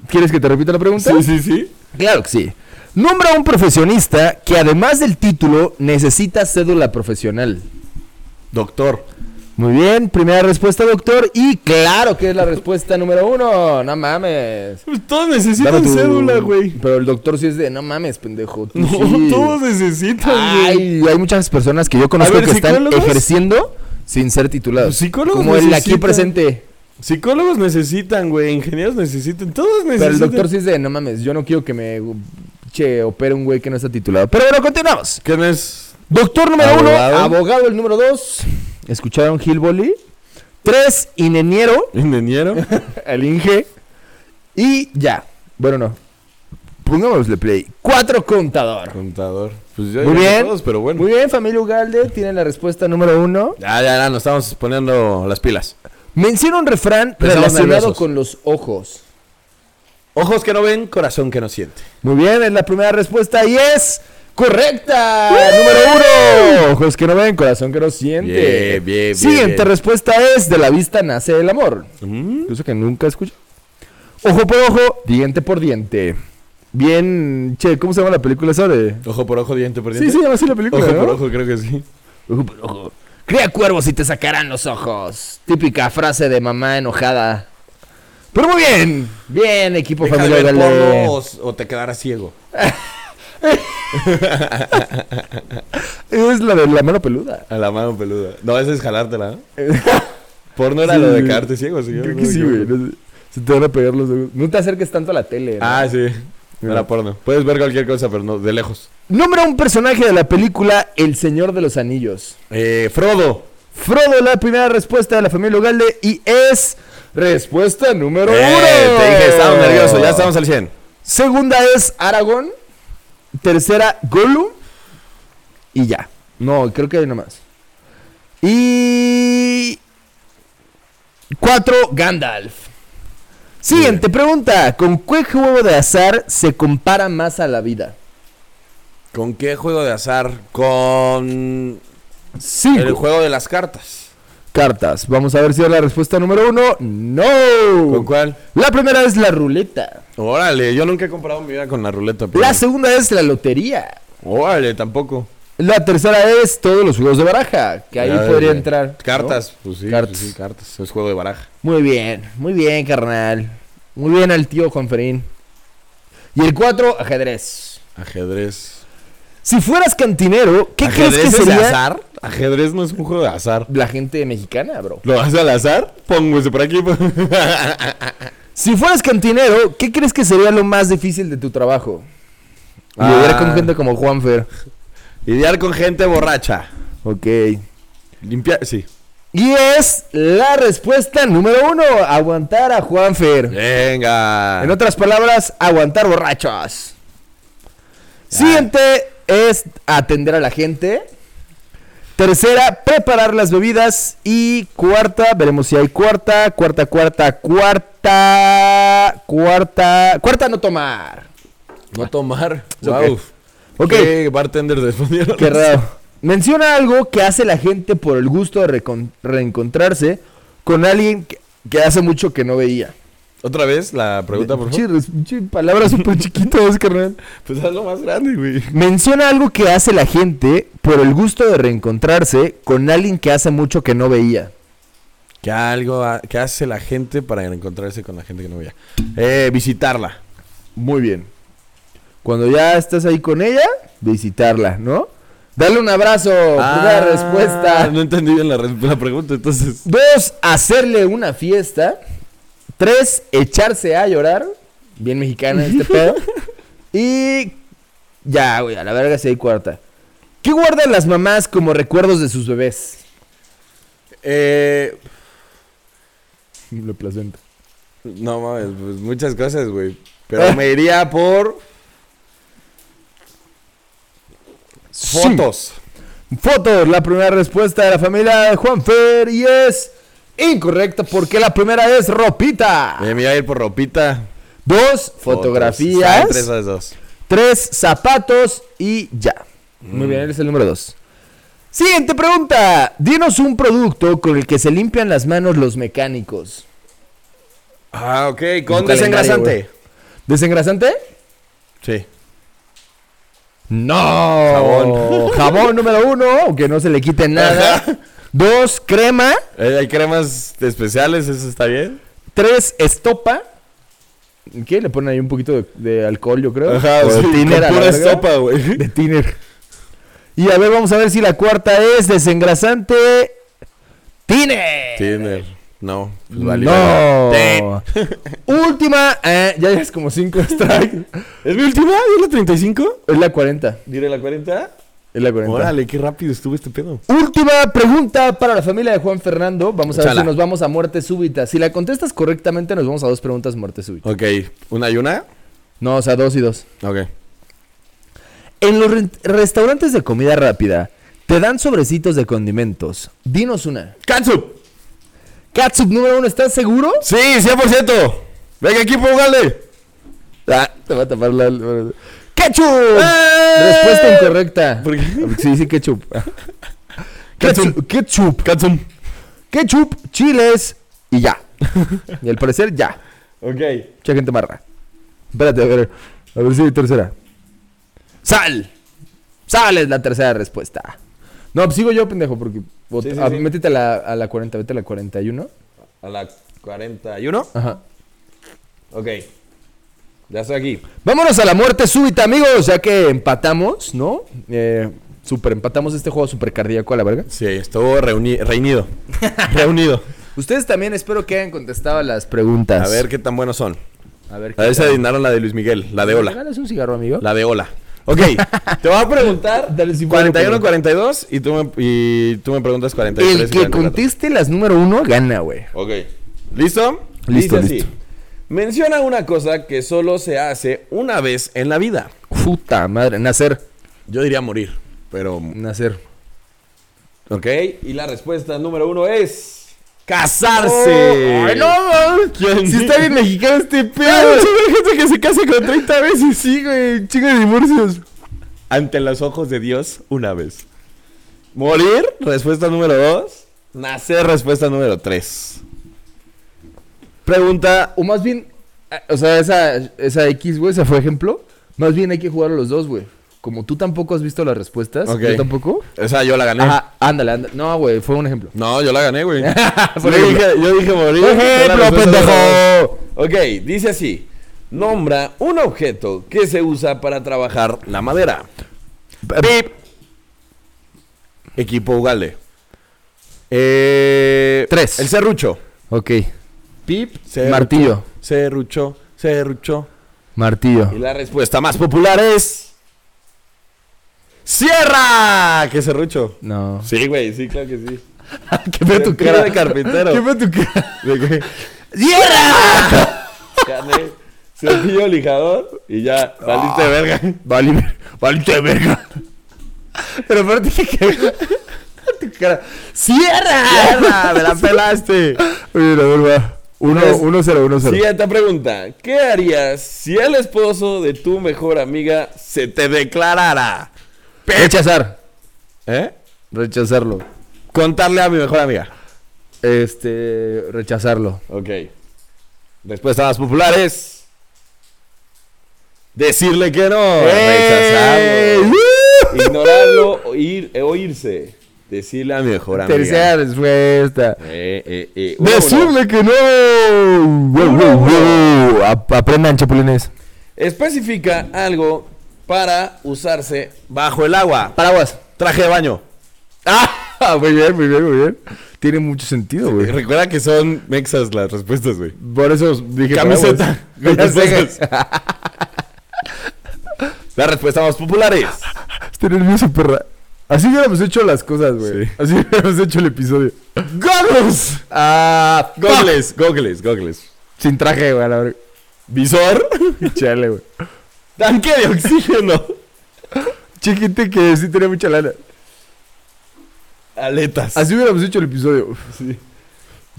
¿Quieres que te repita la pregunta? Sí, sí, sí. Claro que sí. Nombra a un profesionista que además del título necesita cédula profesional. Doctor. Muy bien, primera respuesta, doctor. Y claro que es la respuesta número uno. No mames. [laughs] Todos Dame necesitan tu- cédula, güey. Pero el doctor sí es de, no mames, pendejo. [laughs] tú No, sí". [laughs] todos necesitan, güey. Ay, hay muchas personas que yo conozco ver, que están ¿psicólogos? ejerciendo sin ser titulados. Los psicólogos Como el aquí necesitan- presente. Psicólogos necesitan, güey. Ingenieros necesitan. Todos Pero necesitan. el doctor sí es de, no mames, yo no quiero que me che, opere un güey que no está titulado. Pero bueno, continuamos. ¿Quién es? Doctor número Abogado. uno, abogado el número dos. ¿Escucharon Hillbilly? Tres, ingeniero, ¿Ingeniero? [laughs] el Inge. Y ya. Bueno, no. Pongámosle play. Cuatro, contador. [laughs] Contador. Pues yo Muy diría bien. todos, pero bueno. Muy bien, familia Ugalde, tienen la respuesta número uno. Ya, ya, ya, nos estamos poniendo las pilas. Menciona un refrán Empezamos relacionado nerviosos. con los ojos. Ojos que no ven, corazón que no siente. Muy bien, es la primera respuesta y es correcta. Número uno. Ojos que no ven, corazón que no siente. Bien, bien, bien, Siguiente bien. respuesta es de la vista nace el amor. Mm. Eso que nunca escucho. Ojo por ojo, diente por diente. Bien, che, ¿cómo se llama la película sobre? Ojo por ojo, diente por Sí, diente. se llama así la película, Ojo ¿no? por ojo, creo que sí. Ojo por ojo. Cría cuervos y te sacarán los ojos. Típica frase de mamá enojada. Pero muy bien. Bien, equipo Deja de familiar. ver Ugalde. porno o, o te quedarás ciego. Es la de la [laughs] mano peluda. A la mano peluda. No, ese es jalártela. ¿no? Porno era Sí, lo de güey. quedarte ciego, sí. Creo que sí, güey. No sé. Se te van a pegar los ojos. No te acerques tanto a la tele. ¿no? Ah, sí. No Mira. era porno. Puedes ver cualquier cosa, pero no, de lejos. Nombra un personaje de la película El Señor de los Anillos. Eh, Frodo. Frodo, la primera respuesta de la familia Ugalde y es respuesta número Eh, uno. te dije, estamos nerviosos, ya estamos al 100. Segunda es Aragón. Tercera, Gollum. Y ya. No, creo que hay nomás. Y. Cuatro, Gandalf. Siguiente pregunta. ¿Con qué juego de azar se compara más a la vida? ¿Con qué juego de azar? Con Cinco el juego de las cartas. cartas. Vamos a ver si es la respuesta número uno. ¿Con ¡No! cuál? La primera es la ruleta. Órale, yo nunca he comprado mi vida con la ruleta. pero- La segunda es la lotería. Órale, tampoco. La tercera es todos los juegos de baraja, que ahí Ya, podría ya. entrar. ¿no? Cartas, pues sí. Cartas. Cartas. sí, cartas. Es juego de baraja. Muy bien, muy bien, carnal. Muy bien al tío Conferín. Y el cuatro, ajedrez. Ajedrez. Si fueras cantinero, ¿qué crees que es de sería azar? Ajedrez no es un juego de azar. la gente mexicana, bro? ¿Lo haces al azar? Pongo ese por aquí. [laughs] Si fueras cantinero, ¿qué crees que sería lo más difícil de tu trabajo? Ah. Lidiar con gente como Juanfer. Lidiar con gente borracha. Ok. Limpiar, sí. Y es la respuesta número uno, aguantar a Juanfer. Venga. Ah. En otras palabras, aguantar borrachos. Siguiente es atender a la gente. Tercera, preparar las bebidas. Y cuarta, veremos si hay cuarta, cuarta, cuarta, cuarta, cuarta, cuarta no tomar. No tomar. Wow. Wow. Ok. ¿Qué bartender respondieron? Qué raro. Menciona algo que hace la gente por el gusto de recon- reencontrarse con alguien que, que hace mucho que no veía. Otra vez la pregunta, por favor. Chirres, chi- palabras súper chiquitas, carnal. Pues hazlo más grande, güey. Menciona algo que hace la gente por el gusto de reencontrarse con alguien que hace mucho que no veía. ¿Qué algo ha- que hace la gente para encontrarse con la gente que no veía? Eh, visitarla. Muy bien. Cuando ya estás ahí con ella, visitarla, ¿no? Dale un abrazo. Primera Oh, respuesta. Ah, No entendí bien la, res- la pregunta, entonces. Dos, hacerle una fiesta. Tres, echarse a llorar. Bien mexicana este pedo. Y ya, güey, a la verga si hay cuarta. ¿Qué guardan las mamás como recuerdos de sus bebés? Eh, Lo placenta. no mames, pues muchas cosas, güey. Pero me iría por fotos. Fotos, la primera respuesta de la familia de Juanfer y es incorrecta porque la primera es ropita. Eh, me iba a ir por ropita. Dos, Está fotografías. entre esas dos. Tres zapatos y ya. Mm. Muy bien, eres el número dos. Siguiente pregunta. Dinos un producto con el que se limpian las manos los mecánicos. Ah, ok. Un Con calendario, desengrasante. ¿Desengrasante? Sí. No. Jabón. [laughs] Jabón número uno, aunque no se le quite nada. Ajá. Dos, crema. Eh, hay cremas especiales, eso está bien. Tres, estopa. ¿Qué? Le ponen ahí un poquito de, de alcohol, yo creo. O de sí, tiner a con la pura verga. sopa, güey. De tiner. Y a ver, vamos a ver si la cuarta es desengrasante. ¡Tiner! Tiner. No. pues valió. No. [laughs] Última. eh, ya llevas como 5 strikes. ¿Es mi última? ¿Es la 35? Es la 40. ¿Diré la 40? Es la 40. Órale, qué rápido estuvo este pedo. Última pregunta para la familia de Juan Fernando. Vamos a ver Échala. si nos vamos a muerte súbita. Si la contestas correctamente, nos vamos a dos preguntas muerte súbita. Ok, ¿una y una? No, o sea, dos y dos. Ok. En los re- restaurantes de comida rápida, te dan sobrecitos de condimentos. Dinos una. ¡Katsup! Katsup número uno, ¿estás seguro? Sí, 100%. Venga, equipo, jugale. Ah, te va a tapar la. ¡Ketchup! Respuesta incorrecta. ¡Eh! Ah, ¿Por qué? Sí, sí, ketchup. [laughs] Ketchup. ketchup. Ketchup. Katsup. Ketchup, chiles [laughs] y ya. y al parecer ya. Ok. Mucha gente marra. Espérate, a ver. A ver si hay tercera. Sal. Sal es la tercera respuesta. No, pues sigo yo, pendejo, porque. o- Sí, sí, ah, sí. Métete a la, a la 40, vete a la 41. A la 41. Ajá. Ok. Ya estoy aquí. Vámonos a la muerte súbita, amigos, ya que empatamos, ¿no? Eh, super, empatamos este juego super cardíaco a la verga. Sí, estuvo reuni- [laughs] reunido. reunido. Ustedes también espero que hayan contestado las preguntas. A ver qué tan buenos son. a ver. A ver si adivinaron la de Luis Miguel, la de ¿Me Ola. regalas un cigarro, amigo? La de Ola. [laughs] Ok, te voy a preguntar Dale, sí, bueno, 41, pero- 42 y tú me, y tú me preguntas 43. El y que 44. conteste las número uno gana, güey. Ok. ¿Listo? Dice Listo, así, listo. Menciona una cosa que solo se hace una vez en la vida. Puta madre, nacer. Yo diría morir, pero... Nacer. Ok, y la respuesta número uno es... ¡Casarse! Oh, ¡Ay, no! ¿Quién? Si está bien mexicano este Hay un pedo. chingo de gente que se casa con 30 veces. Sí, güey, chingo de divorcios. Ante los ojos de Dios, una vez. Morir, respuesta número dos. Nacer, respuesta número tres. Pregunta... O más bien, eh, o sea, esa, esa X, güey, esa fue ejemplo. Más bien hay que jugar a los dos, güey. como tú tampoco has visto las respuestas, Ok. yo tampoco. Esa yo la gané. Ajá, ándale, ándale. No, güey, fue un ejemplo. No, yo la gané, güey. yo, [laughs] Por ejemplo. dije, yo dije morir. Por ejemplo, Fue la respuesta de pendejo. la- Ok, dice así. Nombra un objeto que se usa para trabajar la madera. Pip. Equipo Ugalde. Eh, Tres. El serrucho. Ok. Pip. Cerrucho. Martillo. Serrucho, serrucho. Martillo. Y la respuesta más popular es... ¡Sierra! ¿Qué serrucho? No. Sí, güey, sí, claro que sí. [laughs] ¿Qué ve tu Cepillo cara de carpintero. ¿Qué ve [laughs] tu cara? ¿De qué? ¡Cierra! Gané. Cepillo, lijador y ya. Saliste de verga. Vale, valite verga. Pero aparte que. tu cara. ¡Cierra! ¡Cierra! [laughs] ¡Me la pelaste! Oye, la verba. 1 Tres. 1 0 1 0. Siguiente pregunta. ¿Qué harías si el esposo de tu mejor amiga se te declarara? Rechazar. ¿Eh? Rechazarlo. Contarle a mi mejor amiga. Este, rechazarlo. Ok. Respuesta más popular es... Decirle que no. ¡Eh! Rechazarlo. Ignorarlo o, ir, eh, o irse. Decirle a mi mejor amiga. Tercera respuesta. Eh, eh, eh. Uno, uno. Decirle que no. Wow, wow, wow. Ap- Aprendan, chapulines. Especifica algo para usarse bajo el agua. Paraguas. Traje de baño. Ah, [laughs] muy bien, muy bien, muy bien. Tiene mucho sentido, güey. Recuerda que son mexas las respuestas, güey. Por eso dije Camiseta. [laughs] paraguas. Ya sé. [laughs] La respuesta más popular es. Estoy nervioso, perra. Así hubiéramos hecho las cosas, güey. Sí. Así hubiéramos hecho el episodio. ¡Goggles! Ah, Goggles, goggles, goggles. Sin traje, güey, a la verga. Visor. [laughs] Chale, güey. Tanque de oxígeno. Chiquite que sí tenía mucha lana. Aletas. Así hubiéramos hecho el episodio.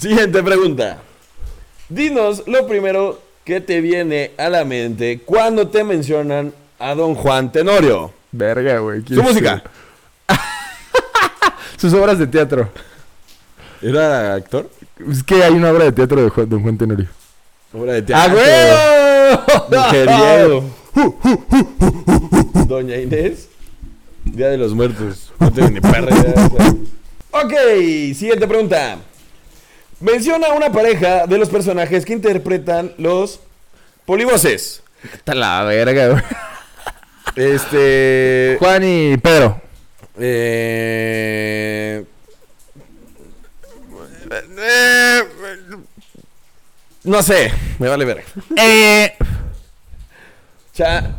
Siguiente pregunta. Dinos lo primero que te viene a la mente cuando te mencionan a don Juan Tenorio. Verga, güey. ¿quién Su es? música. Sus obras de teatro. ¿Era actor? Es que hay una obra de teatro de Juan, Don Juan Tenorio. Obra de teatro. ¡Ah, güey! Mujeriego. Doña Inés. Día de los muertos. No tengo ni perra idea. Ok, siguiente pregunta. Menciona una pareja de los personajes que interpretan los polivoces. [laughs] Está la verga, güey. Este. Juan y Pedro. Eh. eh, No sé, me vale ver. Eh. Cha,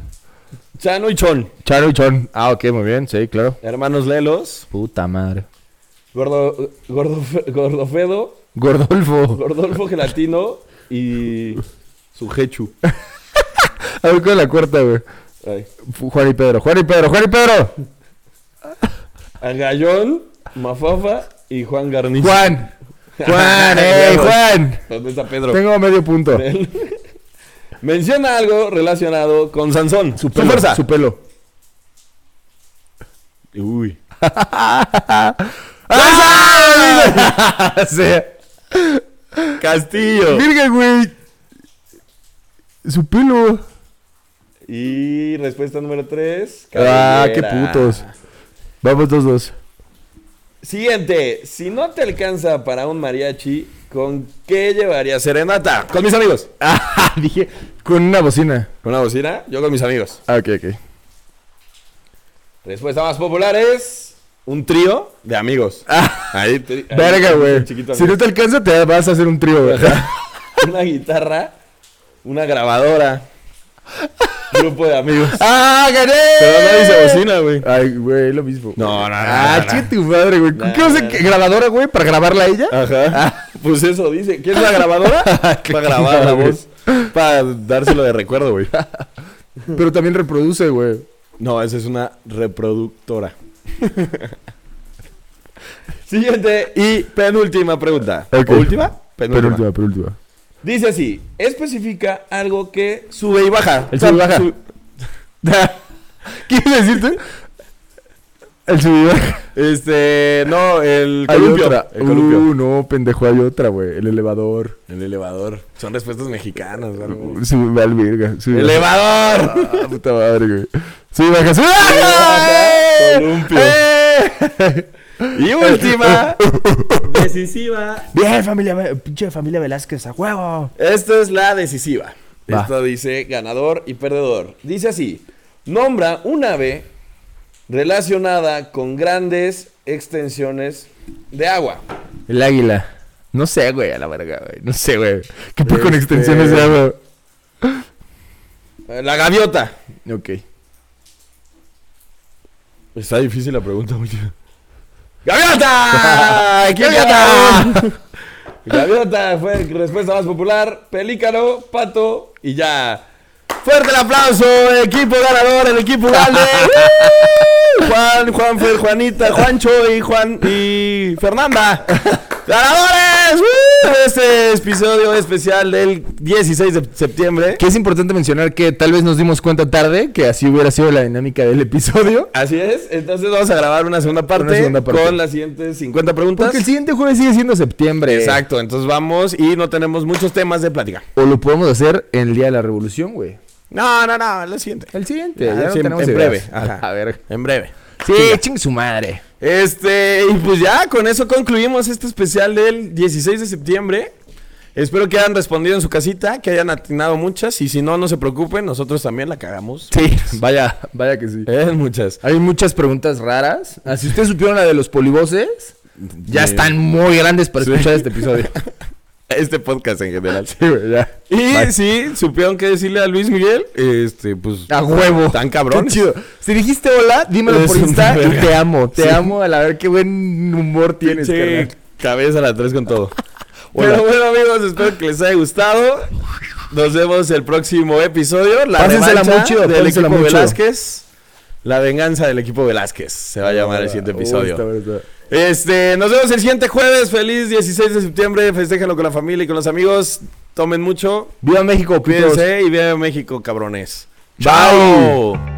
Chano y Chon, Charo y Chon. Ah, ok, muy bien, sí, claro. hermanos Lelos. Puta madre. Gordo, gordo, Gordofedo, Gordolfo. Gordolfo Gelatino y su Hechu. A ver cuál es la cuarta, güey. Ay. Fu- Juan y Pedro. Juan y Pedro. Juan y Pedro. Al Gallón, Mafafa y Juan Garniz. [laughs] Juan. Juan, eh, Juan. ¿Dónde está Pedro? Tengo medio punto. Él. Menciona algo relacionado con Sansón. Su, Pelo, fuerza. Su pelo. Uy. ¡Ah! [laughs] Sí. Castillo. Virga, güey. Su pelo. Y respuesta número 3. Ah, qué putos. Vamos [laughs] dos, dos. Siguiente. Si no te alcanza para un mariachi, ¿con qué llevarías serenata? Con mis amigos. Ah, dije. Con una bocina. ¿Con una bocina? Yo con mis amigos. Ah, ok, ok. Respuesta más popular es un trío de amigos. Ahí, te- ahí Verga, te- güey. chiquito Si no te alcanza, te vas a hacer un trío, güey. Una guitarra, una [laughs] grabadora, grupo de amigos. [laughs] Ah, ¡Ah, gané! Pero nadie se bocina, güey. Ay, güey, lo mismo. No, no, no, Ah, no, no. chinga tu madre, güey. ¿Con No, ¿Qué vas a no, no. grabadora, güey? ¿Para grabarla a ella? Ajá. Ah, Pues eso dice. ¿Qué es la [laughs] grabadora? Para grabar la voz. Para dárselo de recuerdo, güey. Pero también reproduce, güey. No, esa es una reproductora. [laughs] Siguiente y penúltima pregunta. Ok. ¿Última? Penúltima. Penúltima, penúltima. Dice así, especifica algo que sube y baja. [laughs] El sube y baja. ¿Quieres decirte? El subidor. Este, no, el Hay columpio. otra. El columpio. Uh, no, pendejo, hay otra, güey. El elevador. El elevador. Son respuestas mexicanas, güey. Sube al verga. Sube. ¡Elevador! Ah, puta madre, güey. Sube, baja, sube. baja, ¡Eh! columpio. ¡Eh! Y última. Decisiva. Bien, familia, Ve- pinche familia Velázquez, a huevo. Esta es la decisiva. Va. Esta dice ganador y perdedor. Dice así: nombra un ave relacionada con grandes extensiones de agua. El águila. No sé, güey, a la verga, güey. No sé, güey. ¿Qué pasa con extensiones de agua? Eh, La gaviota. Ok. Está difícil la pregunta, güey. [laughs] ¡Gaviota! ¡Gaviota! Gaviota fue respuesta más popular. Pelícano, pato y ya. Fuerte el aplauso, equipo ganador, el equipo [laughs] grande. ¡Woo! Juan, Juanfer, Juanita, Juancho y Juan y Fernanda. [laughs] ¡Ganadores! ¡Woo! Este episodio especial del 16 de septiembre. Que es importante mencionar que tal vez nos dimos cuenta tarde que así hubiera sido la dinámica del episodio. Así es, entonces vamos a grabar una segunda parte, segunda parte. con las siguientes 50 preguntas. Porque el siguiente jueves sigue siendo septiembre. Exacto, entonces vamos y no tenemos muchos temas de plática. O lo podemos hacer en el Día de la Revolución, güey. No, no, no, lo siguiente. El siguiente, Ah, ya no sí, en- tenemos en ideas. breve, ajá. A ver. En breve. Sí, ching su madre. Este, y pues ya, con eso concluimos este especial del 16 de septiembre. Espero que hayan respondido en su casita, que hayan atinado muchas. Y si no, no se preocupen, nosotros también la cagamos. Sí, [laughs] vaya, vaya que sí. Eh, muchas. Hay muchas preguntas raras. Ah, Si ustedes supieron la de los polivoces, ya están muy grandes para escuchar este episodio. Este podcast en general. [laughs] Sí, güey, ya. Y Bye. sí, supieron qué decirle a Luis Miguel. Este, pues. A huevo. Tan cabrón. Qué chido. Si dijiste hola, dímelo Eres por una Insta y verga. te amo. Te Sí. amo a la ver qué buen humor tienes, Pinche carnal. cabeza a la tres con [laughs] todo. Hola. Pero bueno, amigos, espero que les haya gustado. Nos vemos el próximo episodio. La Pásensela revancha muy chido, del pásensela equipo muy chido. Velázquez. La venganza del equipo Velázquez. Se va a llamar el siguiente Uy, está episodio. bueno, está bueno. Este, nos vemos el siguiente jueves. Feliz 16 de septiembre. Festéjalo con la familia y con los amigos. Tomen mucho. Viva México, cuídense. Cuídense y vean México, cabrones. Bye. ¡Chao!